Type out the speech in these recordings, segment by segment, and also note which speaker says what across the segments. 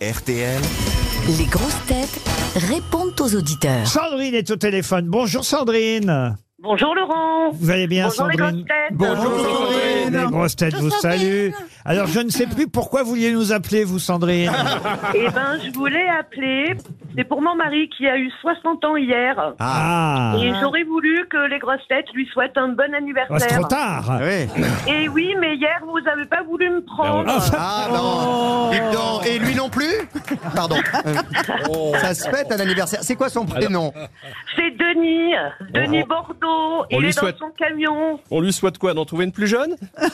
Speaker 1: RTL.
Speaker 2: Les grosses têtes répondent aux auditeurs.
Speaker 3: Sandrine est au téléphone. Bonjour Sandrine.
Speaker 4: Bonjour Laurent.
Speaker 3: Vous allez bien
Speaker 4: Bonjour les
Speaker 3: Sandrine
Speaker 4: grosses têtes.
Speaker 3: Les grosses têtes vous saluent. Alors je ne sais plus pourquoi vous vouliez nous appeler vous Sandrine.
Speaker 4: Eh ben, je voulais appeler. C'est pour mon mari qui a eu 60 ans hier.
Speaker 3: Ah,
Speaker 4: Et j'aurais voulu que les grosses têtes lui souhaitent un bon
Speaker 3: Ah, c'est
Speaker 4: anniversaire.
Speaker 3: trop tard.
Speaker 4: Et oui, mais hier, vous n'avez pas voulu me prendre.
Speaker 5: Ah non. Dites donc. Et lui non plus Pardon. Euh, Ça se fête un anniversaire. C'est quoi son prénom
Speaker 4: C'est Denis.
Speaker 3: Oh.
Speaker 4: Denis Bordeaux. Il
Speaker 6: lui
Speaker 4: est dans
Speaker 6: souhaite-
Speaker 4: son camion.
Speaker 6: On lui souhaite quoi D'en trouver une plus jeune
Speaker 4: Oh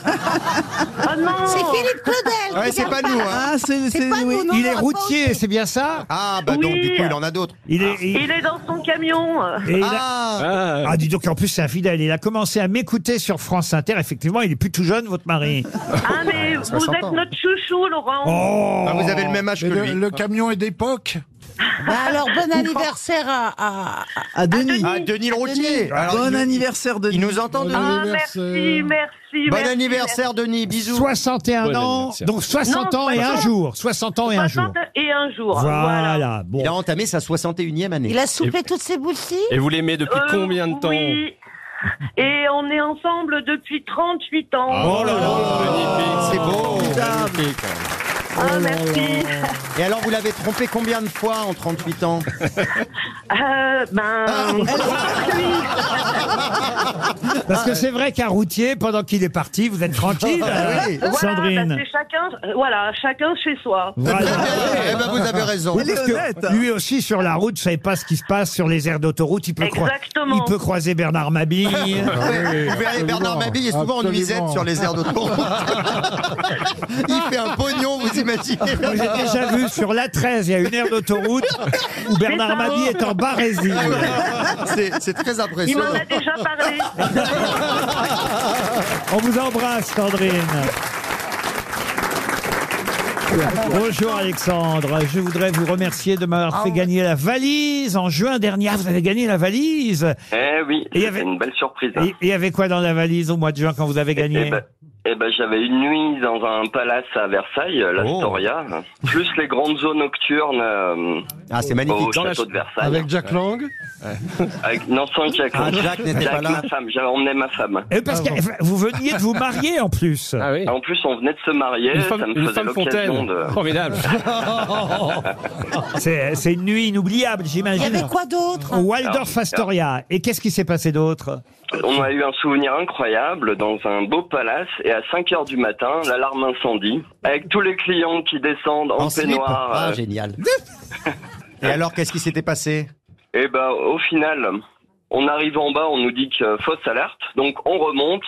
Speaker 4: non
Speaker 7: Philippe Claudel
Speaker 5: Ouais, c'est pas nous, hein.
Speaker 7: c'est pas nous, non,
Speaker 3: Il
Speaker 7: on
Speaker 3: est
Speaker 7: va
Speaker 3: routier, c'est bien ça
Speaker 5: Ah bah donc,
Speaker 4: Oui.
Speaker 5: du coup, il en a d'autres.
Speaker 3: Il est. il-
Speaker 4: Il est dans son camion.
Speaker 3: et il a-
Speaker 5: Ah
Speaker 6: Ah,
Speaker 3: Ah, dis donc, en plus, c'est infidèle. Il a commencé à m'écouter sur France Inter. Effectivement, il est plus tout jeune, votre mari.
Speaker 4: Ah, mais vous
Speaker 5: 60
Speaker 4: êtes
Speaker 5: ans.
Speaker 4: notre chouchou, Laurent.
Speaker 3: Oh
Speaker 5: Ah, Vous avez le même âge que
Speaker 8: Mais
Speaker 5: lui.
Speaker 8: le, le camion est d'époque.
Speaker 7: pas- Bah alors, bon anniversaire à, à, à-
Speaker 4: Denis.
Speaker 5: Ah, Denis le routier. Alors,
Speaker 7: Bon
Speaker 5: il-
Speaker 7: anniversaire, Denis.
Speaker 5: Il nous entend, Denis.
Speaker 4: Ah,
Speaker 8: anniversaire.
Speaker 4: merci, merci.
Speaker 5: Bon
Speaker 4: merci,
Speaker 5: anniversaire, Denis. Bisous.
Speaker 3: 61
Speaker 6: Bon
Speaker 3: ans,
Speaker 6: anniversaire.
Speaker 3: donc 60
Speaker 4: Non,
Speaker 3: ans et un
Speaker 4: 60.
Speaker 3: jour. 60 ans et un
Speaker 4: merci.
Speaker 3: jour.
Speaker 4: 60 et un jour.
Speaker 3: Voilà, bon.
Speaker 5: Il a entamé sa 61e année.
Speaker 7: Il a soufflé toutes ses boucilles
Speaker 6: Et vous l'aimez depuis
Speaker 4: Euh,
Speaker 6: combien de temps
Speaker 4: oui. Et on est ensemble depuis 38 ans.
Speaker 6: Oh là là
Speaker 5: C'est beau.
Speaker 6: Magnifique.
Speaker 4: Ah, merci.
Speaker 6: Oh
Speaker 5: Et alors, vous l'avez trompé combien de fois en 38 ans
Speaker 4: Euh, ben,
Speaker 6: Ah,
Speaker 3: Parce que c'est vrai qu'un routier, pendant qu'il est parti, vous êtes tranquille, euh,
Speaker 5: Oui.
Speaker 4: voilà,
Speaker 3: Sandrine.
Speaker 4: bah, c'est chacun, euh, voilà, chacun chez soi.
Speaker 3: Voilà.
Speaker 5: Eh ben, vous avez raison.
Speaker 3: Oui, parce que lui aussi sur la route, ne savait pas ce qui se passe sur les aires d'autoroute. Il peut, croi-
Speaker 4: Exactement.
Speaker 3: il peut croiser Bernard Mabille.
Speaker 5: Vous verrez, Bernard Mabille est souvent en
Speaker 8: Absolument.
Speaker 5: nuisette sur les aires d'autoroute. Il fait un pognon, vous imaginez
Speaker 3: Moi, J'ai déjà vu sur la 13, il y a une aire d'autoroute où Bernard
Speaker 4: ça.
Speaker 3: Mabille est en barésie.
Speaker 5: Ah C'est- C'est très
Speaker 4: Il m'en
Speaker 5: impressionnant.
Speaker 4: a déjà parlé.
Speaker 3: On vous embrasse, Sandrine. Bonjour Alexandre, je voudrais vous remercier de m'avoir fait gagner la valise en juin dernier. Ah, vous avez gagné la valise
Speaker 9: Eh oui,
Speaker 3: Et il y
Speaker 9: c'était
Speaker 3: avait-
Speaker 9: une belle surprise.
Speaker 3: Et il y avait quoi dans la valise au mois de juin quand vous avez gagné
Speaker 9: Eh ben, eh ben, j'avais une nuit dans un palace à Versailles, l'Astoria, plus les grandes zones nocturnes euh,
Speaker 5: Ah, c'est
Speaker 9: au
Speaker 5: magnifique.
Speaker 6: Dans la ch-
Speaker 9: château de Versailles.
Speaker 8: Avec Jack Lang.
Speaker 9: Avec- non, sans Jack.
Speaker 5: Ah, Jack n'était pas là.
Speaker 9: ma femme, j'avais emmené ma femme.
Speaker 3: Eh, Parce que vous veniez de vous marier en plus.
Speaker 6: Ah oui.
Speaker 9: En plus, on venait de se marier,
Speaker 6: Une
Speaker 9: ça
Speaker 6: femme,
Speaker 9: me
Speaker 6: une
Speaker 9: faisait
Speaker 6: femme
Speaker 9: l'occasion
Speaker 6: fontaine.
Speaker 9: de...
Speaker 6: Formidable.
Speaker 3: C'est c'est une nuit inoubliable,
Speaker 7: Il y
Speaker 3: j'imagine.
Speaker 7: avait quoi d'autre
Speaker 3: Au
Speaker 5: Ah
Speaker 3: Waldorf Astoria. Et qu'est-ce qui s'est passé d'autre
Speaker 9: On a eu un souvenir incroyable dans un beau palace et à 5 heures du matin, l'alarme incendie, avec tous les clients qui descendent en,
Speaker 5: En slip.
Speaker 9: peignoir.
Speaker 5: Ah,
Speaker 9: euh,
Speaker 5: génial. Et alors, qu'est-ce qui s'était passé
Speaker 9: Et ben au final, on arrive en bas, on nous dit que euh, fausse alerte, donc on remonte.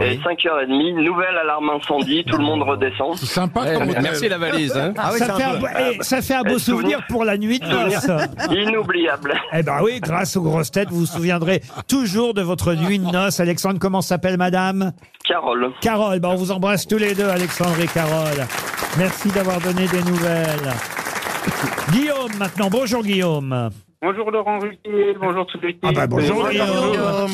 Speaker 9: Et 5h30, nouvelle alarme incendie, tout le monde redescend.
Speaker 8: C'est sympa
Speaker 6: Eh,
Speaker 8: comme
Speaker 6: mais
Speaker 8: hôtel.
Speaker 6: merci la valise. hein.
Speaker 5: Ah oui, c'est
Speaker 3: ça, fait
Speaker 5: un
Speaker 3: un,
Speaker 5: peu...
Speaker 3: eh, ça fait un beau
Speaker 9: euh,
Speaker 3: souvenir
Speaker 9: souvenir.
Speaker 3: pour la nuit de
Speaker 9: Souvenir.
Speaker 3: noces.
Speaker 9: Inoubliable.
Speaker 3: Eh ben oui, grâce aux grosses têtes, vous vous souviendrez toujours de votre nuit de noces. Alexandre, comment s'appelle madame
Speaker 9: Carole.
Speaker 3: Carole. Ben, on vous embrasse tous les deux, Alexandre et Carole. Merci d'avoir donné des nouvelles. Guillaume, maintenant. Bonjour, Guillaume.
Speaker 10: Bonjour Laurent Ruquier, bonjour toute l'équipe.
Speaker 3: Ah bah bonjour,
Speaker 10: Bonjour
Speaker 3: Guillaume.
Speaker 7: Bonjour,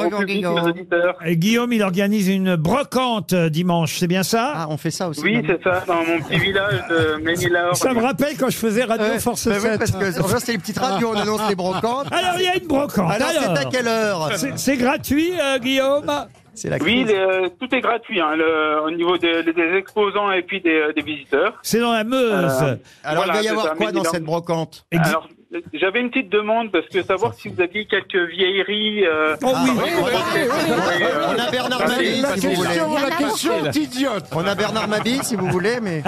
Speaker 7: Guillaume.
Speaker 10: au public, aux auditeurs.
Speaker 3: Et Guillaume, il organise une brocante euh, dimanche, c'est bien ça
Speaker 5: Ah, on fait ça aussi.
Speaker 10: Oui,
Speaker 5: maintenant.
Speaker 10: c'est ça, dans mon petit village de Ménilaure.
Speaker 3: Ça me rappelle quand je faisais Radio
Speaker 5: Ouais,
Speaker 3: Force
Speaker 5: bah oui,
Speaker 3: 7.
Speaker 5: parce que en fait, c'est les petites radios, on annonce les brocantes.
Speaker 3: Alors, il y a une brocante.
Speaker 5: Alors, c'est à
Speaker 3: Alors,
Speaker 5: quelle heure
Speaker 3: c'est c'est gratuit, euh, Guillaume
Speaker 5: C'est la
Speaker 10: Oui,
Speaker 5: crise.
Speaker 10: le- tout est gratuit hein, le- au niveau des, des exposants et puis des, des visiteurs.
Speaker 3: C'est dans la Meuse.
Speaker 10: Euh,
Speaker 5: Alors, il
Speaker 10: Voilà,
Speaker 5: va y
Speaker 10: c'est
Speaker 5: avoir
Speaker 10: ça,
Speaker 5: quoi dans
Speaker 10: Ménilaure.
Speaker 5: cette brocante
Speaker 3: Et Gui-
Speaker 10: Alors, j'avais une petite demande parce que savoir si vous aviez quelques vieilleries. euh,
Speaker 3: oh oui,
Speaker 10: et, euh,
Speaker 5: On a Bernard Mabille,
Speaker 8: La
Speaker 5: si vous voulez.
Speaker 8: question, la question est idiote.
Speaker 5: On a Bernard Mabille, si vous voulez, mais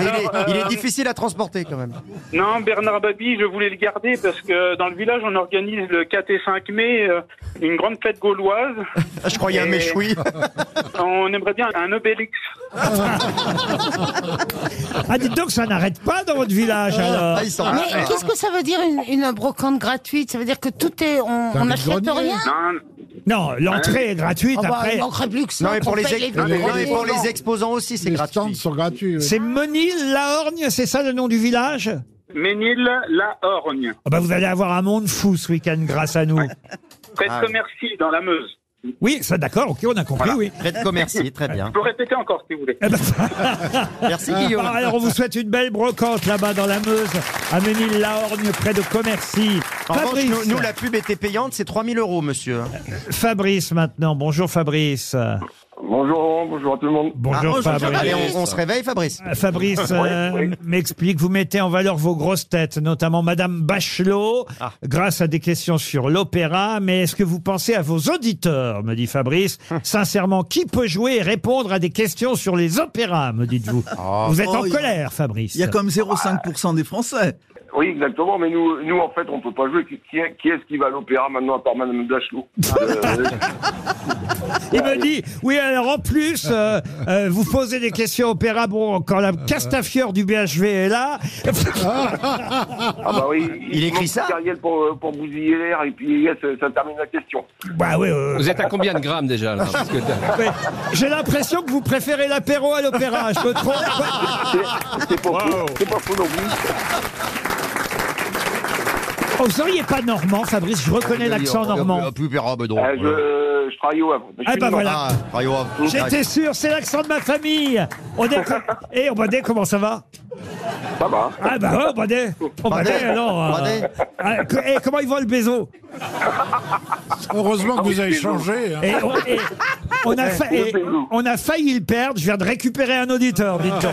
Speaker 5: il est, il est difficile à transporter quand même.
Speaker 10: Non, Bernard Babi, je voulais le garder parce que dans le village, on organise le 4 et 5 mai euh, une grande fête gauloise.
Speaker 5: Ah, Je croyais à
Speaker 10: Et-
Speaker 5: méchoui.
Speaker 10: On aimerait bien un obélix.
Speaker 3: Ah, dites donc, ça n'arrête pas dans votre village, alors.
Speaker 5: Ah, il s'en va.
Speaker 7: Mais qu'est-ce que ça veut dire une, une brocante gratuite Ça veut dire que tout est. On on n'achète
Speaker 8: vide-grenier.
Speaker 7: rien
Speaker 10: Non,
Speaker 3: Non, l'entrée est gratuite,
Speaker 7: Ah bah,
Speaker 3: après.
Speaker 7: Il manquerait plus que ça.
Speaker 5: Non, mais
Speaker 7: qu'on
Speaker 5: pour les,
Speaker 7: paye
Speaker 5: ex-
Speaker 7: vides
Speaker 5: non, mais
Speaker 7: greniers.
Speaker 5: pour les exposants aussi, c'est
Speaker 8: Les stands
Speaker 5: gratuit.
Speaker 8: sont gratuits. oui.
Speaker 3: C'est Menil-la-Horgne, c'est ça le nom du village
Speaker 10: Ménil la Horgne.
Speaker 3: Ah bah, Vous allez avoir un monde fou ce week-end grâce à nous.
Speaker 10: Fête
Speaker 5: Ah oui.
Speaker 10: commercie dans la Meuse.
Speaker 3: Oui, ça d'accord, ok, on a compris, oui.
Speaker 5: Trait de commerce, très bien.
Speaker 10: Je peux répéter encore si vous voulez.
Speaker 3: Eh ben,
Speaker 5: Merci Guillaume.
Speaker 3: alors on vous souhaite une belle brocante là-bas dans la Meuse, à Ménil-la-Horgne, près de Commercy.
Speaker 5: En revanche,
Speaker 3: Fabrice,
Speaker 5: nous, nous, la pub était payante, c'est 3000 euros, monsieur.
Speaker 3: Fabrice maintenant. Bonjour Fabrice.
Speaker 9: Bonjour, Laurent, bonjour à tout le monde.
Speaker 3: Bonjour
Speaker 5: Ah,
Speaker 3: Fabrice.
Speaker 5: Allez, on, on se réveille, Fabrice.
Speaker 3: Fabrice euh, m'explique, vous mettez en valeur vos grosses têtes, notamment Madame Bachelot,
Speaker 5: Ah.
Speaker 3: grâce à des questions sur l'opéra. Mais est-ce que vous pensez à vos auditeurs, me dit Fabrice Sincèrement, qui peut jouer et répondre à des questions sur les opéras, me dites-vous Vous êtes en
Speaker 1: Oh, il-
Speaker 3: colère, Fabrice.
Speaker 1: Il y a comme 0,5% des Français.
Speaker 9: Oui, exactement, mais nous, nous en fait, on peut pas jouer. Qui, qui est- qui est-ce qui va à l'opéra maintenant à part Madame Bachelot
Speaker 5: Ah.
Speaker 9: Euh,
Speaker 3: Il me dit, oui, alors en plus, euh, euh, vous posez des questions opéra. Bon, quand la Castafiore du BHV est là,
Speaker 9: Ah bah oui,
Speaker 5: Il
Speaker 9: manque
Speaker 5: écrit ça
Speaker 9: du Carriel pour, euh, pour bousiller l'air, et puis yes, ça termine la question.
Speaker 3: bah oui, euh,
Speaker 6: Vous êtes à combien de grammes déjà là Parce que t'as-
Speaker 3: mais j'ai l'impression que vous préférez l'apéro à l'opéra. Je me trompe pas
Speaker 9: C'est- C'est pas faux, c'est pas faux non plus.
Speaker 3: Oh, vous seriez pas normand, Fabrice, je reconnais l'accent normand.
Speaker 5: Plus pérable, donc.
Speaker 9: Euh, je, je travaille au Havre. Je
Speaker 3: Ah
Speaker 9: suis
Speaker 3: bah
Speaker 9: normand.
Speaker 3: voilà.
Speaker 5: Ah, travaille au Havre.
Speaker 3: J'étais sûr, c'est l'accent de ma famille. On est co- Eh, on badait, comment ça va
Speaker 9: Ça va.
Speaker 3: Ah bah ouais, on badait. On badait,
Speaker 5: Badait.
Speaker 3: alors.
Speaker 5: Badait.
Speaker 3: Ah, co- eh, comment il voit le bézo
Speaker 8: Heureusement que vous avez changé. hein.
Speaker 3: Eh, on, eh, on a fa- eh,
Speaker 9: bézo.
Speaker 3: on a failli le perdre, je viens de récupérer un auditeur, dites-donc.